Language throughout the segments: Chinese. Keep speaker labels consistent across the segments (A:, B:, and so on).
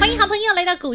A: 欢迎好朋友来到股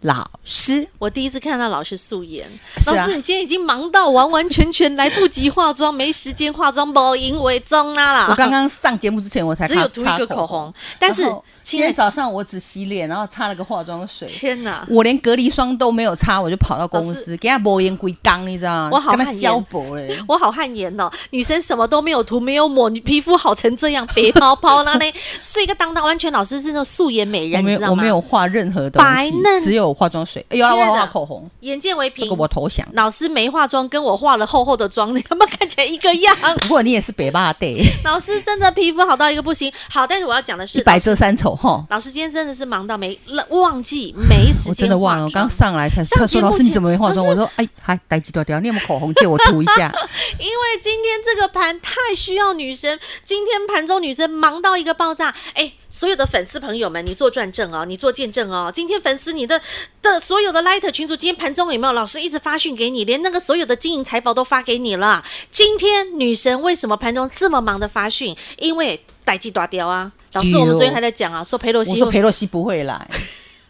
B: 老师。
A: 我第一次看到老师素颜，
B: 是啊
A: 老师你今天已经忙到完完全全来不及化妆，没时间化妆，不赢为中啦啦。
B: 我刚刚上节目之前我才
A: 啊只有
B: 擦
A: 涂一个
B: 擦
A: 口红，但是
B: 然后今
A: 亲爱
B: 天
A: 的，
B: 早上我只洗脸，然后擦了个化妆水，
A: 天哪！
B: 我连隔离霜都没有擦，我就跑到公
A: 老
B: 司给他抹烟龟缸，你知道吗？
A: 我好
B: 跟他
A: 汗颜
B: 消薄欸嘞。
A: 我好汗颜哦，女生什么都没有涂，没有抹，你皮肤好成这样，白泡泡啦呢，睡个当当，完全老师是那种素颜美
B: 我
A: 人，
B: 没
A: 你知
B: 有，
A: 道
B: 我
A: 吗
B: 没？有画任何东
A: 白
B: 西，
A: 嫩
B: 只有化妆水。哎呦，
A: 亲爱的
B: 我画口红，
A: 眼见为凭
B: 这个，我投降。
A: 老师没化妆，跟我化了厚厚的妆，你有没有看起来一个样？
B: 不过你也是北霸 day，
A: 老师真的皮肤好到一个不行。好，但是我要讲的
B: 一
A: 是，
B: 百遮三丑哈。吼
A: 老师今天真的是忙到没忘记没时间
B: 我真的忘了，我
A: 化妆
B: 刚上来才
A: 上
B: 特说
A: 节目
B: 老师你
A: 前
B: 怎么没化妆？我说哎，还呆几多掉，你有没有口红借我涂一 下？
A: 因为今天这个盘太需要女生，今天盘中女生忙到一个爆炸。哎，所有的粉丝朋友们，你做转正哦，你做见证哦。今天粉丝你的的所有的 Light 群组，今天盘中有没有老师一直发讯给你，连那个所有的金银财宝都发给你了。今天女神为什么盘中这么忙的发讯？因为代际大雕啊。老师，
B: 对哦
A: 我们昨天还在讲啊，说裴洛
B: 我
A: 西
B: 说
A: 会
B: 裴洛西不会来，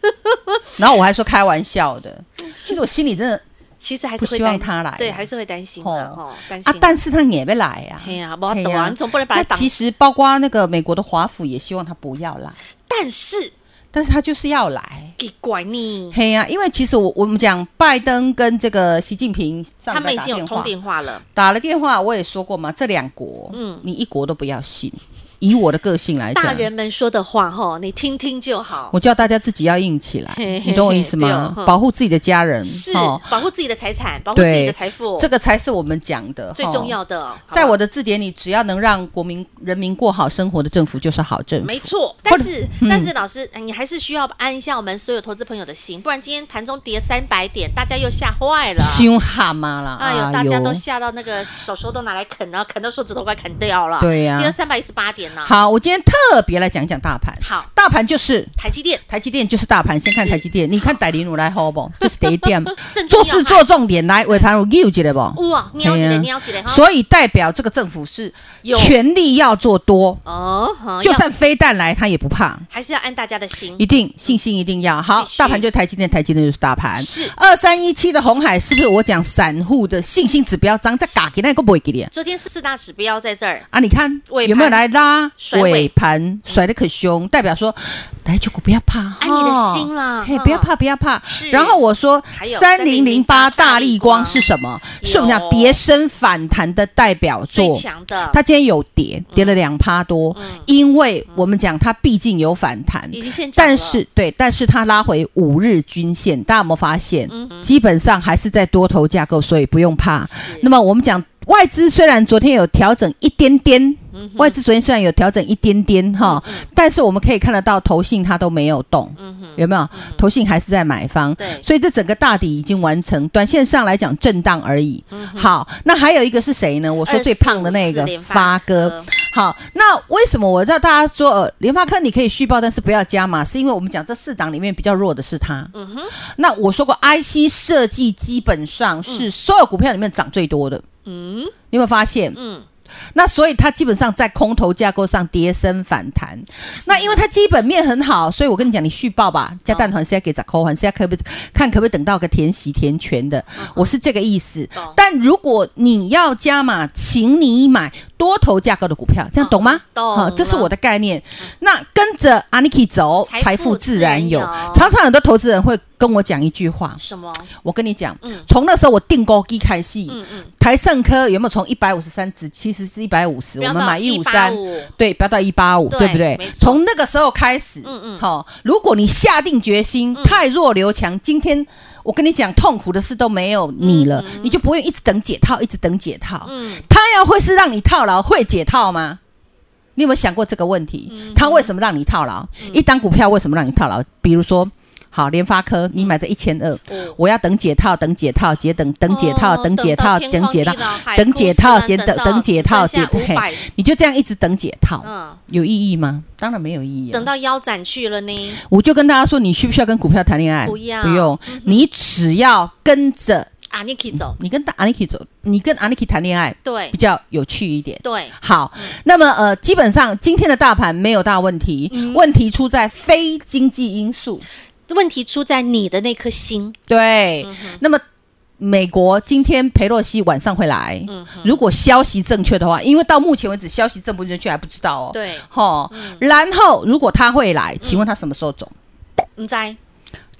B: 然后我还说开玩笑的。其实我心里 真的
A: 其实还是
B: 不
A: 会
B: 希望
A: 担
B: 他来
A: 对，
B: 啊
A: 还是会担心啊，
B: 哦
A: 哦，担心
B: 啊，但是他也没来呀。
A: 嘿呀，不
B: 嘿
A: 懂啊，你总不能把
B: 那
A: 他挡
B: 其。实包括那个美国的华府也希望他不要来，
A: 但是
B: 但是他就是要来。
A: 给拐你，
B: 嘿呀、因为其实我我们讲拜登跟这个习近平上
A: 他
B: 礼拜
A: 们已
B: 打
A: 经有
B: 电
A: 通
B: 话，
A: 电话了。
B: 打了电话，我也说过嘛，这两国，
A: 嗯
B: 嗯，你一国都不要信。以我的个性来讲，
A: 大人们说的话，吼，你听听就好。
B: 我叫大家自己要硬起来，
A: 嘿嘿
B: 你懂我意思
A: 嘿对哦
B: 吗？
A: 哼
B: 保护自己的家人，
A: 是
B: 哦，
A: 保护自己的财产，保护自己的财富，
B: 这个才是我们讲的
A: 最
B: 哦
A: 重要的。好吧
B: 在我的字典里，只要能让国民人民过好生活的政府，就是好政府。
A: 没错，
B: 或
A: 但
B: 者
A: 是
B: 嗯
A: 但是老师，你还是需要安一下我们所有投资朋友的心，不然今天盘中跌三百点，大家又吓坏了。
B: 凶蛤蟆啦！
A: 哎呦，大家都吓到那个手手都拿来啃，然后啃到手指头快啃掉了。
B: 对呀
A: 跌了三百一十八点呢。
B: 好，我今天特别来讲讲大盘。
A: 好
B: 大盘就是
A: 台积电
B: 台积电就是大盘，先看台积电。你看逮林奴来好不？这是第一点
A: 正，重要
B: 做事做重点。来尾盘我 give 一个不？
A: 哇，喵几
B: 嘿
A: 嘞，
B: 啊
A: 喵几嘞哈。
B: 所以代表这个政府是
A: 有
B: 全力要做多，
A: 哦，好
B: 就
A: 要嗯
B: 算飞弹来他也不怕，
A: 还是要按大家的心
B: 一。定信心一定要好
A: 必须。
B: 大盘就台积电，台积电就是大盘。
A: 是
B: 二三一七的红海是不是我讲散户的信心指标？涨在嘎给那个不会给你
A: 昨天四大指标在这儿，
B: 啊？你看
A: 尾盘
B: 有没有来拉
A: 甩尾
B: 盘甩的可凶，代表说来就股不要怕，
A: 啊你
B: 安
A: 的心啦
B: 嘿，
A: 哈
B: 不要怕不要怕
A: 是。
B: 然后我说
A: 还有
B: 三零零八
A: 3008
B: 大力光是什么？
A: 有
B: 是我们讲跌升反弹的代表
A: 最
B: 作。
A: 强嗯的，
B: 它今天有跌，跌了两趴多，因为我们讲它毕竟有反弹，
A: 已经先涨了
B: 但是对，但是它拉回五日均线，大家有没有发现？
A: 嗯
B: 基本上还是在多头架构，所以不用怕。那么我们讲外资虽然昨天有调整一点点，
A: 嗯
B: 外资昨天虽然有调整一点点哈，但是我们可以看得到投信它都没有动，
A: 嗯
B: 有没有？投信还是在买方
A: 对，
B: 所以这整个大底已经完成，短线上来讲震荡而已。
A: 嗯
B: 好，那还有一个是谁呢？我说最胖的那个
A: 2454联发呃
B: 发哥。
A: 科
B: 好，那为什么我知道大家说呃联发科你可以续报，但是不要加码，是因为我们讲这四档里面比较弱的是它。嗯哼。那我说过，IC 设计基本上是所有股票里面涨最多的。嗯。你有没有发现？
A: 嗯，
B: 那所以它基本上在空头架构上跌升反弹。那因为它基本面很好，所以我跟你讲，你续报吧，加蛋团是要给砸扣环，是要可不可以看可不可以等到个填息填权的，我是这个意思
A: 懂。
B: 但如果你要加码，请你买多头架构的股票，这样懂吗？
A: 懂
B: 好这是我的概念。那跟着 Aniki 走，
A: 财富
B: 财富自然有
A: 自然有。
B: 常常很多投资人会跟我讲一句话，
A: 什么？
B: 我跟你讲
A: 嗯，
B: 从、那时候我订购机开始，
A: 嗯嗯，
B: 台盛科有没有从一百五十三只，其实是一百五十，我们买一五三，
A: 155
B: 对，不要到一八五，
A: 对
B: 对不对
A: 没？错
B: 从那个时候开始，
A: 嗯嗯
B: 好，如果你下定决心，太弱留强，今天我跟你讲，痛苦的事都没有你了，你就不会一直等解套，一直等解套。
A: 嗯，
B: 他要会是让你套牢，会解套吗？你有没有想过这个问题？
A: 嗯
B: 他为什么让你套牢？一档股票为什么让你套牢？比如说，好，联发科，你买这一千二，
A: 哦
B: 我要等解套，等解套，解等等解套，
A: 哦
B: 等解套，等解套，
A: 等
B: 等
A: 解
B: 解
A: 套，
B: 套
A: 解
B: 解
A: 等
B: 等
A: 等
B: 等
A: 解
B: 解
A: 套，
B: 套
A: 解
B: 解嘿
A: 百，
B: 你就这样一直等解套，
A: 嗯，
B: 有意义吗？当然没有意义、
A: 等
B: 啊。
A: 到腰斩去了呢。
B: 我就跟大家说，你需不需要跟股票谈恋爱？
A: 不要嗯
B: 用，你只要跟着
A: 啊，你可以走，
B: 你跟大 Aniki 走，你跟 Aniki 谈恋爱
A: 对
B: 比较有趣一点。
A: 对，
B: 好，那么呃，基本上今天的大盘没有大问题，
A: 嗯
B: 问题出在非经济因素。
A: 问题出在你的那颗心。
B: 对，
A: 嗯
B: 那么美国今天裴洛西晚上会来，
A: 嗯
B: 如果消息正确的话，因为到目前为止消息正不正确还不知道哦。，
A: 对，嗯
B: 吼、然后如果他会来，请问他什么时候走？
A: 你在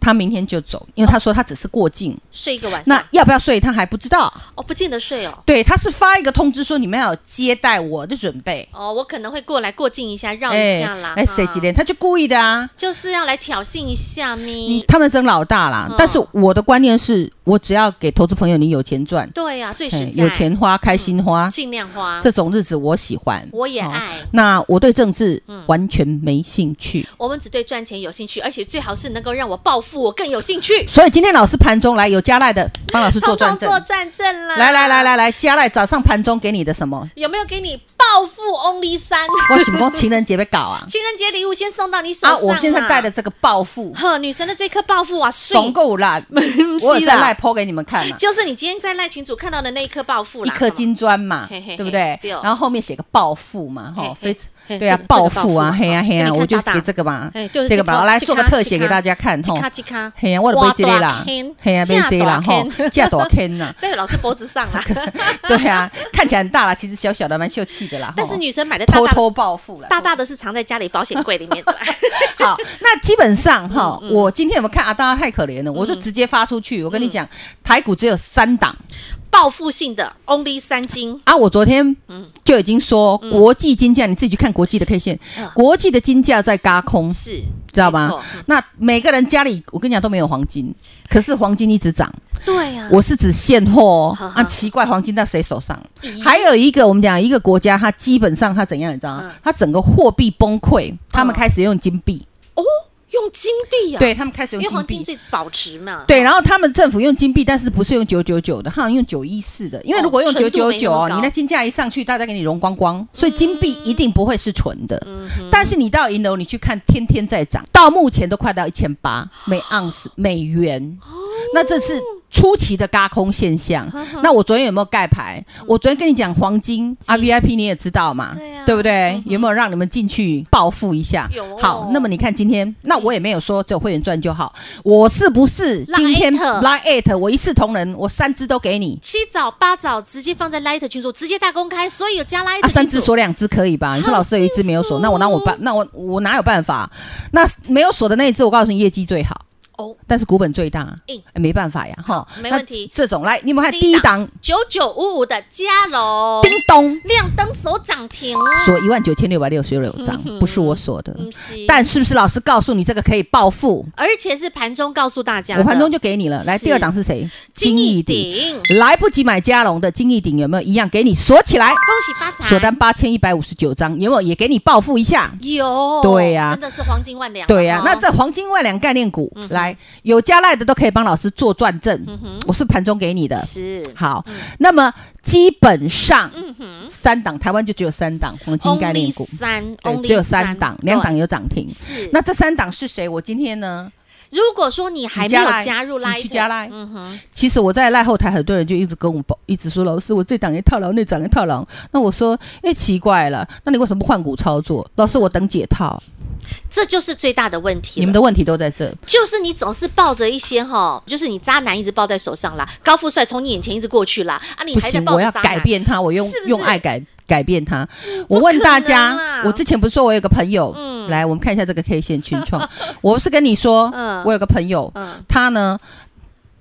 B: 他明天就走，因为他说他只是过境，
A: 睡一个晚哦上
B: 那，要不要睡他还不知道。
A: 哦，不见得睡哦。
B: 对，他是发一个通知说你们要有接待我的准备。
A: 哦，我可能会过来过境一下，绕一下啦。
B: 哎，
A: 哈
B: 谁几点？他就故意的啊。
A: 就是要来挑衅一下
B: 你
A: 咪。
B: 他们争老大啦，
A: 嗯
B: 但是我的观念是我只要给投资朋友你有钱赚，
A: 对呀，最实
B: 嘿
A: 在，
B: 哎有钱花，开心花，
A: 尽量花。
B: 这种日子我喜欢，
A: 我嗯也
B: 哦
A: 爱
B: 那我对政治完全没兴趣，
A: 我们只对赚钱有兴趣，而且最好是能够让我暴富，我更有兴趣。
B: 所以今天老师盘中来有加赖的，帮老师做
A: 通
B: 转
A: 通
B: 正。
A: 做转正啦！
B: 来来来来，来，加赖早上盘中给你的什么？
A: 有没有给你暴富 only 三？？
B: 我什么说情人节被搞啊
A: 情人节礼物先送到你手上
B: 啊，
A: 啦
B: 我现在带的，这个暴富，
A: 呵，女神的这颗暴富啊，碎
B: 爽 够烂，
A: 是
B: 我有在
A: 啦
B: 赖剖给你们看啊嘛，
A: 就是你今天在赖群主看到的那一颗暴富
B: 一
A: 啦，
B: 颗
A: 好吗
B: 金砖嘛，
A: 嘿嘿嘿
B: 对不对
A: 对？哦
B: 然后后面写个暴富嘛，哈，
A: 嘿
B: 非
A: 嘿
B: 对啊
A: 这个，
B: 暴富啊，
A: 这个暴富
B: 嘿呀嘿
A: 给你
B: 呀，
A: 看
B: 我就
A: 大大
B: 写这个吧
A: 嘿就是，
B: 这个
A: 这
B: 吧，
A: 个
B: 来
A: 这个
B: 做个特写给大家看，
A: 咔
B: 哈，
A: 叽咔，
B: 嘿呀，我的背这个啦
A: 大坑，
B: 嘿呀，背这个啦，
A: 这大
B: 哈
A: 坑，，
B: 架多坑呐
A: 在老师脖子上啦。
B: 对啊，看起来很大啦，其实小小的蛮秀气的啦，
A: 但是
B: 哈
A: 女生买的大
B: 哦偷
A: 大
B: 偷暴富了，
A: 大大的是藏在家里保险柜里面的啦，
B: 好， 那基本上哈，
A: 嗯
B: 我今天有没有看啊？大家太可怜了，我就直接发出去。我跟你
A: 嗯
B: 讲，台股只有三档
A: 报复性的 only 三金，
B: 啊！我昨天就已经说，国际金价你自己去看国际的 K 线
A: 嗯，
B: 国际的金价在嘎空，
A: 是
B: 知道
A: 没
B: 吧
A: 错？嗯
B: 那每个人家里，我跟你讲都没有黄金，可是黄金一直涨。
A: 对呀，
B: 我是指现货
A: 嗯
B: 哦
A: 呵呵
B: 啊，奇怪，黄金在谁手上
A: 咦？
B: 还有一个，我们讲一个国家，它基本上它怎样，你知道吗
A: 嗯？
B: 它整个货币崩溃，他们
A: 嗯
B: 开始用金币，
A: 哦，用金币啊，，
B: 对他们开始
A: 因为
B: 用金
A: 黄
B: 币
A: 金。最保值嘛，
B: 对，然后他们政府用金币，但是不是用九九九的，他好像用九一四的，因为如果用
A: 哦纯度
B: 九九
A: 没那
B: 九
A: 么
B: 哦，
A: 高
B: 你那金价一上去，大家给你融光光，所以金币一定不会是纯的。
A: 嗯
B: 但是你到银楼，你去看，天天在涨，到目前都快到一千八每盎司美元，
A: 哦
B: 那这是。出奇的嘎空现象，
A: 嗯
B: 那我昨天有没有盖牌？我昨天跟你讲黄金啊，VIP 你也知道嘛，
A: 对啊
B: 对不对？有没有让你们进去暴富一下？
A: 有哦
B: 好，那么你看今天，那我也没有说只有会员赚就好，我是不是
A: 拉
B: 今天
A: at
B: 拉 at 我一视同仁，我三只都给你
A: 七早八早直接放在 Light 群组，直接大公开，所以有加 Light
B: 啊，三
A: 群
B: 只
A: 组
B: 锁两只可以吧？你说
A: 好
B: 老师有一只没有锁，那我拿我办，那我我哪有办法？那没有锁的那一只，我告诉你业绩最好，
A: 哦，
B: 但是股本最大，
A: 硬
B: 哎没办法呀，哈
A: 好，没
B: 那
A: 问题
B: 这种来，你们看
A: 第
B: 第
A: 一
B: 一
A: 档
B: 档
A: 九九五五的加楼
B: 叮咚
A: 亮灯手涨停，
B: 锁一万九千六百六十六张，不是我锁的，
A: 嗯是
B: 但是不是老师告诉你这个可以暴富？
A: 而且是盘中告诉大家的，
B: 我盘中就给你了，来
A: 是
B: 第二档是谁？
A: 金一
B: 益
A: 鼎，
B: 来不及买加龙的金逸鼎有没有一样给你锁起来？
A: 恭喜发财，
B: 锁单八千一百五十九张，有没有也给你报复一下？
A: 有，
B: 对呀
A: 真的是黄金万两，
B: 对呀、
A: 哦嗯
B: 那这黄金万两概念股、来有加赖的都可以帮老师做转正，我是盘中给你的。
A: 是
B: 好，那么基本上、
A: 嗯哼
B: 三档，台湾就只有三档黄金概念股
A: Only，三
B: 对，
A: ，only
B: 只有三档，两档
A: 对
B: 有涨停。
A: 是。
B: 那这三档是谁？我今天呢，
A: 如果说你还没有加入
B: 你加
A: Light，
B: 赖你去加赖
A: 嗯哼，
B: 其实我在赖后台，很多人就一直跟我报，一直说老师，我这档也套牢，那档也套牢。那我说，哎、奇怪了，那你为什么不换股操作？老师，我等解套。
A: 这就是最大的问题了。
B: 你们的问题都在这。
A: 就是你总是抱着一些哈，就是你渣男一直抱在手上啦，高富帅从你眼前一直过去啦，啊，你
B: 不
A: 还在
B: 行，
A: 抱
B: 我
A: 着
B: 要
A: 渣男
B: 改变他，我用
A: 是不是嗯
B: 用爱改改变他。
A: 不
B: 我问大
A: 可能啊嗯
B: 家
A: 啦，
B: 我之前不是说我有个朋友，来，我们看一下这个 K 线群创。 我是跟你说
A: 嗯，
B: 我有个朋友，
A: 嗯，
B: 他呢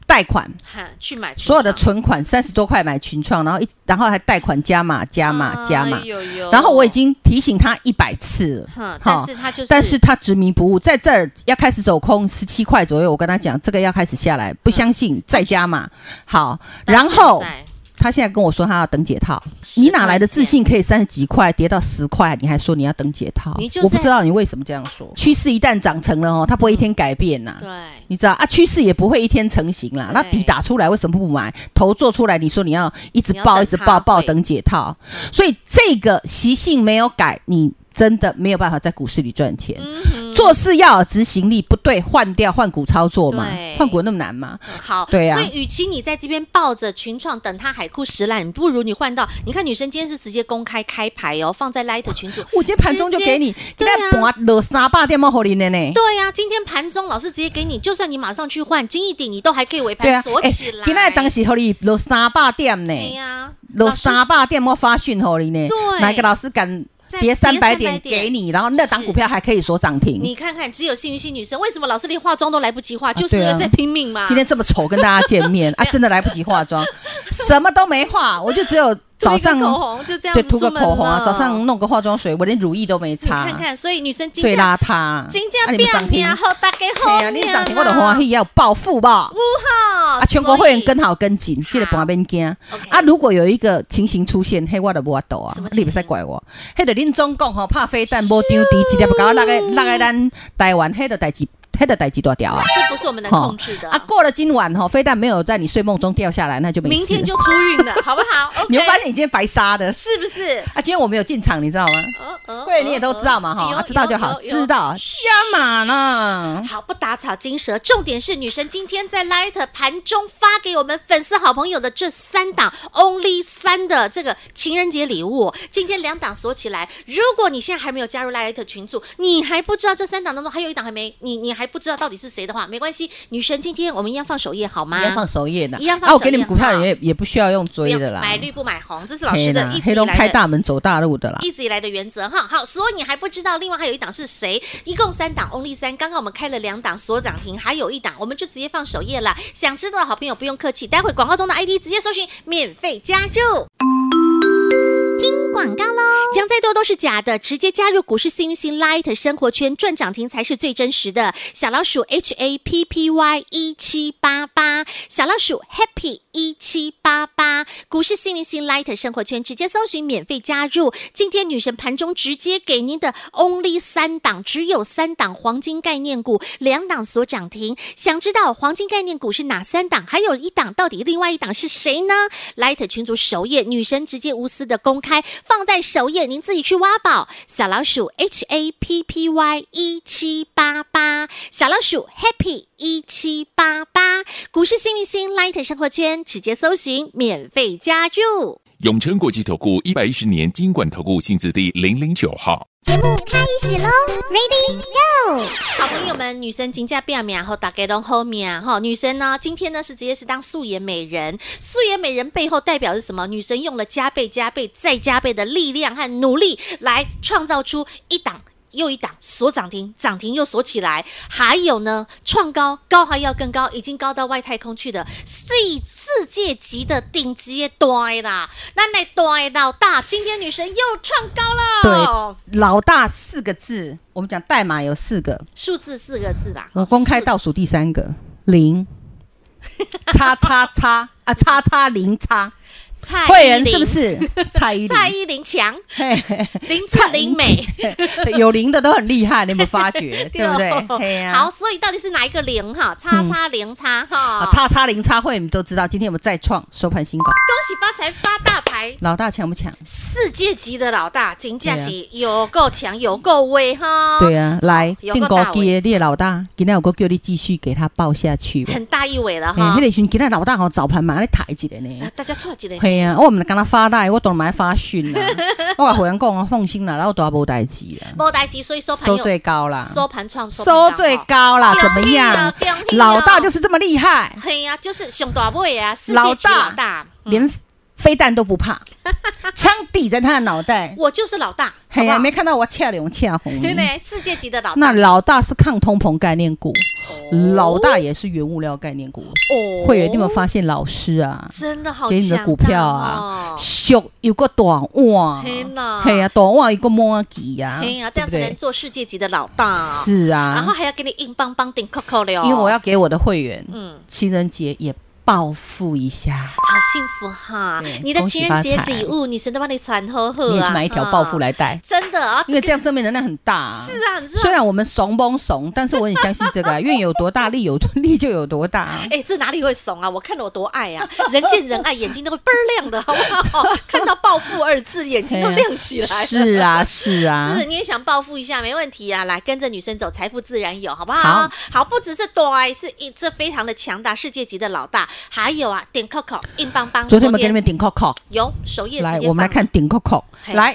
B: 贷款，
A: 哈，去买
B: 所有的存款三十多块买群创，然后一然后还贷款加码加码啊加码
A: 哎，呦呦
B: 然后我已，经提醒他一百次了。
A: 哼，但
B: 好
A: 是他就是，
B: 但是他执迷不悟，在这儿要开始走空，十七块左右，我跟他讲这个要开始下来，不相信再加码。好，
A: 到
B: 然后
A: 现在
B: 他嗯现在跟我说他要等解套，
A: 10
B: 你哪来的自
A: 块钱
B: 信可以三十几块跌到十块，你还说你要等解套？
A: 你就
B: 我不
A: 在
B: 知道你为什么这样说。趋势一旦长成了哦，它不会一天改变呐、
A: 对，嗯
B: 你知道啊，趋势也不会一天成型啦。那底打出来为什么不买？头做出来，你说你要一直
A: 你要
B: 爆，
A: 等
B: 一直
A: 它
B: 爆，爆
A: 对
B: 等解套。所以这个习性没有改，你真的没有办法在股市里赚钱。
A: 嗯
B: 做事要有执行力，不对换掉换股操作嘛
A: 对，
B: 换股那么难吗？
A: 好，
B: 对啊
A: 所以与其你在这边抱着群创等它海枯石烂，不如你换到，你看女生今天是直接公开开牌哦，放在 Light 群组。
B: 我今天盘中就给你，
A: 对
B: 今
A: 啊
B: 天盘落三百点毛好你的呢。
A: 对呀、今天盘中老师直接给你，就算你马上去换金一顶，你都还可以尾
B: 对啊
A: 盘锁，起来。
B: 今天当时好你落三百点
A: 对
B: 呢，
A: 呀、
B: 落
A: 老师
B: 三百点我发讯好你呢
A: 对，
B: 哪一个老师敢
A: 再
B: 跌三百点
A: 跌300点
B: 给你，然后那档
A: 是
B: 股票还可以锁涨停？
A: 你看看，只有幸运星女生，为什么老师连化妆都来不及化，就是因
B: 对
A: 为
B: 啊
A: 在拼命嘛。
B: 今天这么丑跟大家 见面啊，真的来不及化妆，什么都没化，我就只有早上
A: 涂一个口红就这样
B: 对
A: 子
B: 涂个
A: 出门
B: 口红啊，
A: 了
B: 早上弄个化妆水，我连乳液都没
A: 你
B: 擦
A: 看，看，所以女生金
B: 最
A: 价
B: 邋遢。
A: 金
B: 啊
A: 价
B: 你们
A: 变
B: 涨停
A: 啊，，好大家
B: 哎
A: 好
B: 呀，你
A: 命
B: 涨停我的
A: 啦
B: 欢喜，要暴富吧？
A: 哇
B: 啊，全国会员
A: 所以
B: 跟好跟紧，记得
A: 好
B: 旁边惊。
A: OK
B: 啊，如果有一个情形出现，嘿，我都无法度啊
A: 什么，情
B: 你
A: 形
B: 不使怪我。迄个恁总共吼拍飞弹无张敌，直接把我落个
A: 嗯
B: 落个咱台湾，迄个代志，迄个代志大条啊！
A: 这不是我们能
B: 吼
A: 控制的。
B: 啊，过了今晚吼，飞弹没有在你睡梦中掉下来，那就没事。
A: 明天就出运了，好不好？
B: 你会
A: OK
B: 发现你今天白杀的。
A: 是不是？
B: 啊，今天我没有进场，你知道吗？
A: 呃呃
B: 贵人你也都知道嘛，
A: 哎
B: 哈，啊知道就好，知。道加码呢
A: 呃有有有有。好，不打草惊蛇，重点是女神今天在 Light 盘中发给我们粉丝好朋友的这三档 Only 三的这个情人节礼物，今天两档锁起来。如果你现在还没有加入 Light 群组，你还不知道这三档当中还有一档还没，你你还不知道到底是谁的话，没关系，女神今天我们一样放首页好吗？
B: 一样放首页的
A: 一样，放
B: 啊，我
A: 首
B: 给你们
A: 页
B: 股票
A: 好
B: 也也不需要用
A: 不
B: 追
A: 用
B: 的啦，
A: 买绿不买红，这是老师
B: 嘿
A: 的
B: 啦
A: 一直
B: 黑
A: 以
B: 龙
A: 来
B: 开
A: 的
B: 大门走大路的啦。
A: 一直以来的原则哈。好，所以你还不知道，另外还有一档是谁？一共三档，only 三。刚刚我们开了两档锁涨停，还有一档，我们就直接放首页了。想知道的好朋友不用客气，待会广告中的 ID 直接搜寻，免费加入。广告喽！讲再多都是假的，直接加入股市幸运星 Light 生活圈赚涨停才是最真实的。小老鼠 H A P P Y 一七八八，小老鼠 Happy 一七八八，股市幸运星 Light 生活圈直接搜寻免费加入。今天女神盘中直接给您的 Only 三档，只有三档黄金概念股，两档所涨停。想知道黄金概念股是哪三档？还有一档到底另外一档是谁呢？Light 群组首页，女神直接无私的公开放在首页，您自己去挖宝。小老鼠 H A P P Y 一七八八，小老鼠 Happy 一七八八，股市幸运星 Light 生活圈直接搜寻，免费加入。
C: 永诚国际投顾一百一十年金管投顾新字第零零九号。
A: 好朋友们，女神金价变啊面，然后打给龙后面哈。啊女神呢，今天呢是直接是当素颜美人，素颜美人背后代表是什么？女神用了加倍、加倍再加倍的力量和努力，来创造出一档。又一档锁涨停，涨停又锁起来，还有呢，创高高还要更高，已经高到外太空去的，世世界级的顶级的呆啦，那那呆老大，今天女神又创高了，
B: 对，老大四个字，我们讲代码有四个，
A: 对，数字四个字吧，
B: 我哦公开倒数第三个零，叉叉叉啊，叉叉零叉，
A: 蔡
B: 会
A: 依
B: 员是
A: 林
B: 不是蔡依林？
A: 蔡依林强，
B: 嘿嘿
A: 林志玲美，哦
B: 对 有零的都很厉害，你有没有发觉？ 对不对？嘿呀嗯
A: 好，，所以到底是哪一个零哈？叉叉零叉哈
B: 啊，叉叉零叉会，你们都知道，今天我们再创收盘新高，
A: 恭喜发财发大财，
B: 老大强不强？
A: 世界级的老大，金价
B: 对啊
A: 是有够强，有够威哈。
B: 对啊，来
A: 哦有
B: 定
A: 够
B: 高
A: 大
B: 基的你的老大，今天有个叫你继续给他抱下去吧。
A: 很大一尾了
B: 哎，
A: 哈
B: 迄。个时阵，今仔老大吼早盘嘛咧抬一个呢
A: 呃，大家错起来，
B: 嘿嘿呀、啊，我们跟他发赖，我都买发讯 啦。我甲会员讲，放心啦，我都无代志啦，
A: 莫代机，所以收盘
B: 收
A: 又
B: 最高啦，
A: 收盘创收
B: 收
A: 平
B: 最
A: 哦。
B: 高啦，怎么
A: 啊
B: 样
A: 对啊？
B: 老大就是这么厉害，
A: 嘿呀、就是熊大尾啊，世界
B: 老
A: 级
B: 大
A: 老大，
B: 连飞弹都不 怕，枪抵在他的脑袋。
A: 我就是老大，好
B: 嘿
A: 不
B: 呀，
A: 好？
B: 没看到我恰龙恰红。
A: 对呢，世界级的老
B: 那
A: 大，
B: 老大是抗通膨概念股，老大也是原物料概念股。
A: 哦
B: 会员，你有没有发现老师啊？
A: 真的好强、哦
B: 给你的股票啊，，俗有个短袜
A: 嘿呐，
B: 嘿呀，短袜一个摸吉呀，
A: 嘿呀、这样才
B: 啊对不
A: 能做世界级的老大。
B: 对，是
A: 然后
B: 啊，
A: 还要给你硬邦邦顶 Coco 的哦，
B: 因为我要给我的会员，
A: 嗯，
B: 情人节也报复一下，
A: 好啊幸福哈
B: 对！
A: 你的
B: 恭喜
A: 情人节
B: 发财
A: 礼物，女神都帮你攒呵呵啊，
B: 你也去买一条报复来带
A: 啊，，真的啊，
B: 因为这样正面能量很大啊。
A: 是啊，你知
B: 虽
A: 道。
B: 然我们怂崩怂，但是我很相信这个 啊，愿有多大力有力就有多大啊。
A: 哎、这哪里会怂啊？我看了我多爱啊，人见人爱，眼睛都会倍儿亮的，好不 好？看到“暴富”二字，眼睛都
B: 嘿啊
A: 亮起来了。
B: 是啊，是
A: 是
B: 啊
A: 不是，你也想暴富一下？没问题啊，来跟着女生走，财富自然有，好不好？
B: 好
A: 不只是短，是一这非常的强大，世界级的老大。还有啊，点 Coco 硬邦邦。
B: 昨天我们给你们顶 Coco，
A: 有首页直接
B: 来，
A: 放了，
B: 我们来看顶 Coco，
A: 嘿
B: 来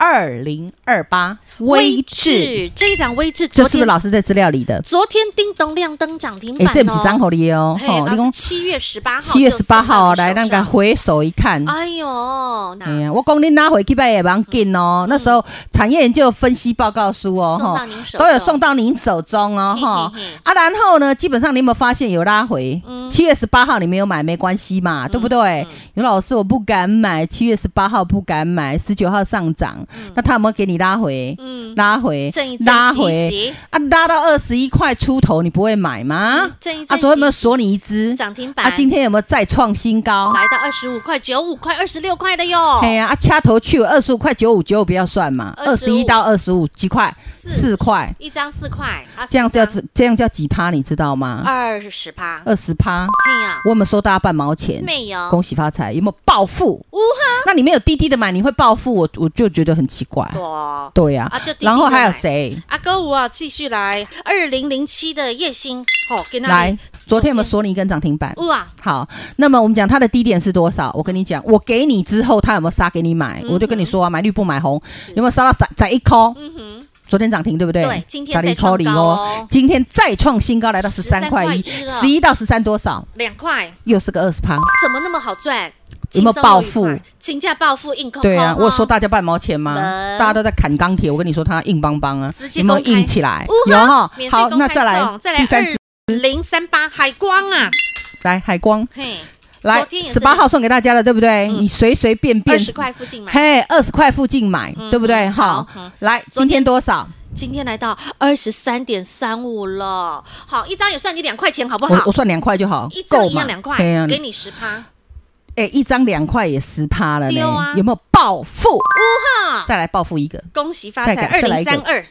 B: 二零二八微智，
A: 这一档微智，
B: 这
A: 昨
B: 是不是
A: 天
B: 老师在资料里的？
A: 昨天叮咚亮灯涨停
B: 哎
A: 板、哦，
B: 这不是张口的哦，
A: 嘿
B: 吼，
A: 老
B: 你
A: 师
B: 讲
A: 七月十八号，
B: 七月十八号哦来，那个
A: 个，
B: 回首一看，
A: 哎呦，
B: 哎
A: 那
B: 呀，我讲你拿回去吧也蛮紧哦。那时候产业研究分析报告书哦，
A: 嗯送
B: 哈
A: 到您手
B: 都有
A: 中
B: 送到您手中哦，哈
A: 嘿嘿嗯嘿
B: 啊。然后呢，基本上你有没有发现有拉回？七月十八号你没有买没关系嘛，
A: 嗯
B: 对不对？有老师我不敢买，七月十八号不敢买，十九号上涨，那他有没有给你拉回？
A: 嗯，
B: 拉回
A: 正一，正
B: 拉
A: 息
B: 回
A: 息
B: 啊，拉到二十一块出头，你不会买吗
A: 嗯？正一正
B: 啊，昨天有没有
A: 息
B: 锁你一只？
A: 涨停板，
B: 啊，今天有没有再创新高？
A: 来到二十五块九五块二十六块的哟，
B: 哎呀，啊，掐头去尾二十五块九五九五不要算嘛，二十一
A: 25
B: 到二十五几块，
A: 四
B: 四块，
A: 一张四块，啊
B: 这样
A: 四
B: 叫
A: 张啊
B: 这样叫几趴，你知道吗？
A: 二十趴，
B: 二十趴，
A: 哎呀，
B: 我有没有收大家半毛钱？
A: 没有，
B: 恭喜发财，有没有暴富？
A: 呜哈，
B: 那你没有滴滴的买，你会暴富，我我就觉得很奇怪。
A: 多
B: 对呀
A: 啊就滴滴，的
B: 然后还有谁？
A: 阿哥五啊，继续来二零零七的叶星，哦，给那
B: 来
A: 里，
B: 昨天我们锁你一根涨停板。
A: 哇，
B: 好，那么我们讲它的低点是多少？我跟你讲，我给你之后，它有没有杀给你买？我就跟你说啊，买绿不买红，有没有杀到宰宰一颗？
A: 嗯哼，
B: 昨天涨停对不对？
A: 对今天
B: 涨停
A: 再创
B: 扣零
A: 高哦
B: 哦，今天再创新高，来到十三块一，
A: 13.1了
B: 十一到十三多少？
A: 两块，
B: 又是个二十趴。
A: 怎么那么好赚？
B: 有没
A: 轻松
B: 有
A: 又
B: 暴
A: 愉
B: 富
A: 快？请假暴富硬空
B: 对啊，
A: 空
B: 我有说
A: 哦
B: 大家半毛钱吗
A: 能？
B: 大家都在砍钢铁，我跟你说它硬邦邦啊
A: 直，接
B: 有没有
A: 公开
B: 硬起来
A: 呜？
B: 有哈
A: 哈，免，费
B: 好，
A: 公
B: 那
A: 开
B: 再来
A: 送再来
B: 第三只，
A: 二零三八海光啊，
B: 来海光，
A: 嘿，
B: 来
A: 昨天也是嗯
B: 十八号送给大家了，对不对？你随随便便
A: 二十块附近买，
B: 嘿，二十块附近买，对不对？
A: 好
B: 好
A: 嗯，
B: 来，
A: 昨天
B: 今天多少？
A: 今天来到二十三点三五了，好，一张也算你两块钱，好不
B: 我
A: 好
B: 我？算两块就好
A: 一，张
B: 够
A: 一
B: 嘛
A: 样两块
B: 对啊，
A: 给你十趴，
B: 哎，一张两块也十趴了
A: 对啊
B: 呢，有没有暴富？
A: 哈，
B: 再来报复一个
A: 恭喜发财！二
B: 再改再来
A: 零
B: 一个
A: 三二，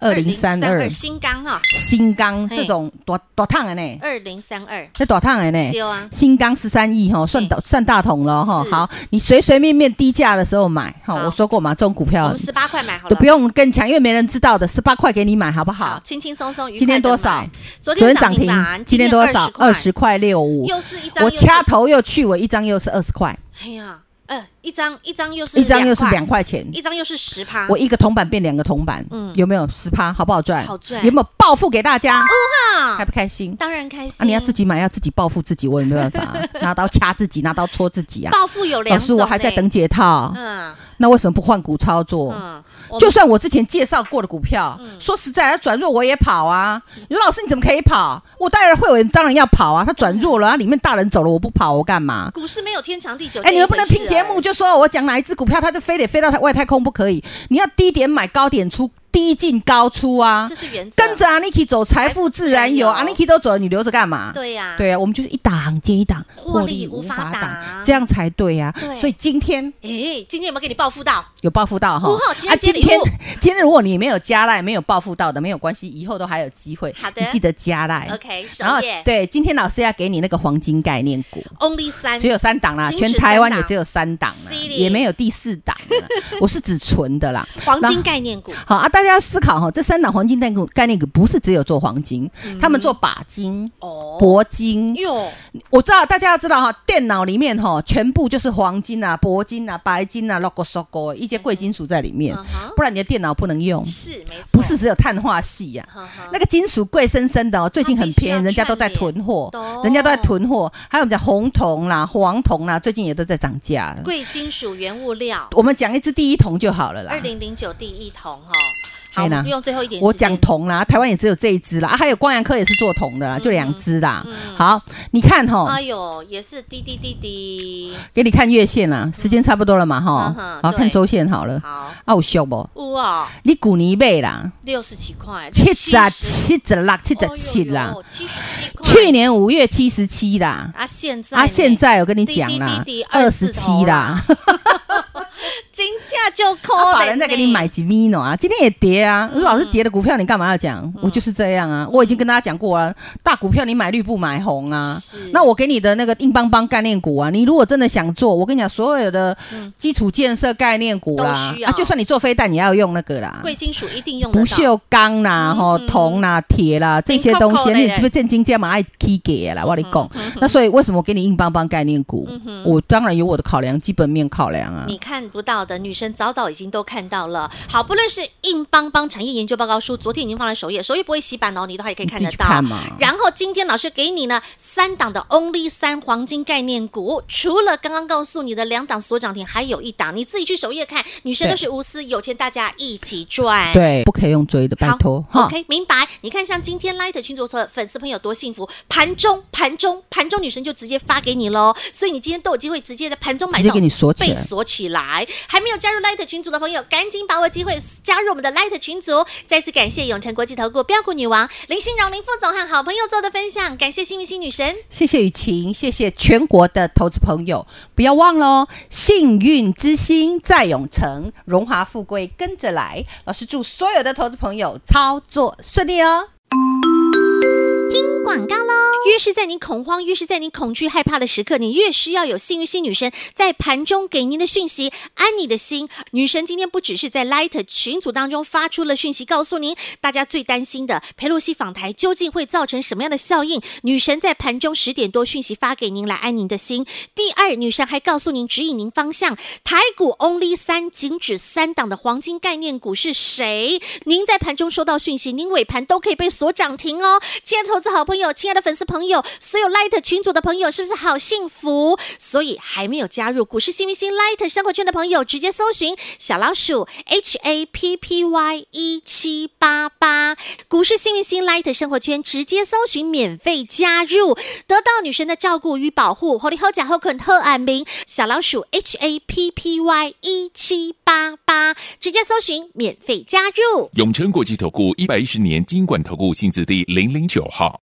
B: 二零三二
A: 新钢哈，
B: 新钢
A: 嘿
B: 这种多多烫的呢，
A: 二零三二，
B: 这多烫的呢。
A: 丢啊！
B: 新钢十三亿哈，算
A: 嘿
B: 大算大桶了哈。
A: 是
B: 好，你随随便便低价的时候买哈，
A: 好
B: 我说过嘛，这种股
A: 我
B: 票
A: 们十八块买好
B: 都
A: 了
B: 不，用跟强，因为没人知道的，十八块给你买好不
A: 好，
B: 好？
A: 轻轻松松。愉快地
B: 今天多少
A: 买？昨天涨停板，
B: 今天多少？二
A: 20
B: 十块六五
A: 块，。又是一张，
B: 我
A: 又是
B: 掐。头又去尾，一张又是二十块，
A: 哎呀，呃，一张一张又是
B: 一张又是
A: 2块
B: 两，块钱。
A: 一张又是十趴。
B: 我一个铜板变两个铜板，
A: 啊嗯
B: 有没有十趴？好不好赚？
A: 好赚
B: 有没有暴富给大家？
A: 啊
B: 开，不开心？
A: 当然开心。
B: 啊，你要自己买，要自己报复自己，我也没办法啊、 拿刀掐自己，拿刀戳自己啊！
A: 暴富有两
B: 老
A: 种
B: 师，
A: 呢。
B: 我还在等解套，
A: 嗯
B: 那为什么不换股操作？
A: 嗯，我们嗯
B: 就算我之前介绍过的股票，说实在，它转弱我也跑啊。你说老师你怎么可以跑？我带了会员当然要跑啊，它转弱了，它里面大人走了，我不跑我干嘛？
A: 股市没有天长地久。
B: 哎，你们不能听节目
A: 就
B: 就说我讲哪一只股票，它就非得飞到外太空不可以。你要低点买，高点出，低进高出啊
A: 这。是原则。
B: 跟着 Aniki 走，财富自然有。
A: 财富自然有
B: Aniki 都走了，你留着干嘛？
A: 对呀，
B: 对啊，我们就是一档接一档，
A: 获利无法挡
B: 这样才对呀、
A: 对
B: 所以今天
A: 哎，今天有没有给你暴富到？
B: 有报复到哈啊
A: 五号情人节
B: 今
A: 礼物
B: 天今天如果你没有加赖，没有报复到的，没有关系，以后都还有机会。
A: 好的
B: 你记得加赖。
A: OK，首
B: 哎然后
A: 页
B: 对，今天老师要给你那个黄金概念股，
A: Only 三
B: 只有三档啦，
A: 仅止
B: 全台湾
A: 三
B: 也
A: 档
B: 只有三档啦，
A: 是的
B: 也没有第四档啦，我是指纯的啦。
A: 黄
B: 然
A: 金
B: 后
A: 概念股，
B: 好啊，但大家要思考哈，这三档黄金概念股概念股不是只有做黄金，
A: 嗯
B: 他们做钯金、
A: 哦，
B: 铂金。
A: 哟，
B: 我知道大家要知道哈，电脑里面哈全部就是黄金啊、铂金啊、白金啊、logo logo 一些贵金属在里面
A: 嗯哼，
B: 不然你的电脑不能用。
A: 是没错，
B: 不是只有碳化系啊呀、
A: 呵呵
B: 那个金属贵生生的哦，最近很便宜，
A: 它必
B: 人
A: 须要
B: 家都在囤货
A: 串联懂，
B: 人家都在囤货。还有我们讲红铜啦、黄铜啦，最近也都在涨价了。
A: 贵金属原物料，
B: 我们讲一支第一铜就好了啦
A: 二。零零九第一桶哈。好，
B: 哎
A: 我
B: 啦
A: 们用最后一点时间，
B: 啊我讲铜啦，台湾也只有这一支啦，啊、还有光阳科也是做铜的啦，就两支啦。
A: 嗯
B: 好，你看哈
A: 哎，呦，也是滴滴滴滴，
B: 给你看月线啦，时间差不多了嘛
A: 嗯哼
B: 哈，好
A: 对
B: 看周线好了。
A: 好，
B: 啊，有俗不？
A: 哇，
B: 你古尼贝啦，
A: 六十几块，
B: 七十
A: 七哦
B: 七十六七十七啦，，
A: 七十七块，
B: 去年五月七十七啦，
A: 啊，现在
B: 啊，
A: 呢
B: 现在我跟你讲啦
A: 滴滴滴滴，
B: 二
A: 二字哦头
B: 十七
A: 啦
B: 啦，
A: 啊 金价就扣了呢，
B: 法人在给你买几米呢啊，今天也跌啊，
A: 嗯
B: 如果老是跌的股票，你干嘛要讲？我就是这样啊，我已经跟大家讲过了，大股票你买绿不买红啊
A: 是。
B: 那我给你的那个硬邦邦概念股啊，你如果真的想做，我跟你讲，所有的基础建设概念股啦
A: 嗯都需，要
B: 啊，就算你做飞弹，也要用那个啦。
A: 贵金属一定用得
B: 不哦
A: 到，嗯
B: 锈钢啦、吼铜啦、铁啦这些东
A: 扣扣嗯
B: 西，
A: 嘞
B: 你这边正经价嘛爱 K 给的啦，我跟你讲。那所以为什么我给你硬邦邦概念股？我当然有我的考量，基本面考量啊。
A: 嗯你看不到的，女生早早已经都看到了。好，不论是硬邦邦产业研究报告书，昨天已经放在首页，首页不会洗版哦，你的话也可以
B: 你
A: 看
B: 自己
A: 得
B: 去
A: 到。
B: 看嘛。
A: 然后今天老师给你呢三档的 Only 三黄金概念股，除了刚刚告诉你的两档所涨停，还有一档，你自己去首页看。女生
B: 对
A: 都是无私，有钱大家一起赚。。
B: 对，不可以用追的，拜
A: 好
B: 托哈。
A: OK，明白。你看，像今天 Light 群组的粉丝朋友多幸福，盘中盘中盘中女神就直接发给你喽，所以你今天都有机会直接在盘中买
B: 直接
A: 到，
B: 给你锁起
A: 被
B: 来
A: 锁起来。还没有加入 Light 群组的朋友，赶紧把握机会加入我们的 Light 群组。再次感谢永诚国际投顾标股女王林心荣林副总和好朋友做的分享，感谢幸运星女神。
B: 谢谢雨晴，谢谢全国的投资朋友，不要忘喽！幸运之星在永城，荣华富贵跟着来。老师祝所有的投资朋友操作顺利哦。
A: 广告喽。越是在您恐慌，越是在您恐惧害怕的时刻，你越需要有幸运星女神在盘中给您的讯息，安你的心。女神今天不只是在 Light 群组当中发出了讯息，告诉您大家最担心的佩洛西访台究竟会造成什么样的效应。女神在盘中十点多讯息发给您，来安您的心。第二，女神还告诉您指引您方向，台股 Only 三仅止三档的黄金概念股是谁？您在盘中收到讯息，您尾盘都可以被锁涨停哦。亲爱的投资好朋友，亲爱的粉丝朋友，所有 Light 群组的朋友，是不是好幸福？所以还没有加入股市新明星 Light 生活圈的朋友，直接搜寻小老鼠 H A P P Y 一七八八，股市新明星 Light 生活圈，直接搜寻免费加入，得到女神的照顾与保护。Holy 后甲后肯特安明，小老鼠 H A P P Y 一七八八，直接搜寻免费加入。
C: 永诚国际投顾一百一十年金管投顾性质第零零九号。